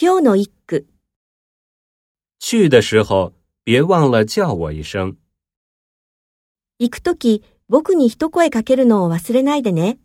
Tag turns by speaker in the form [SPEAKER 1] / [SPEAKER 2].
[SPEAKER 1] 今日の一句、
[SPEAKER 2] 去的时候别忘了叫我一声。
[SPEAKER 1] 行くとき僕に一声かけるのを忘れないでね。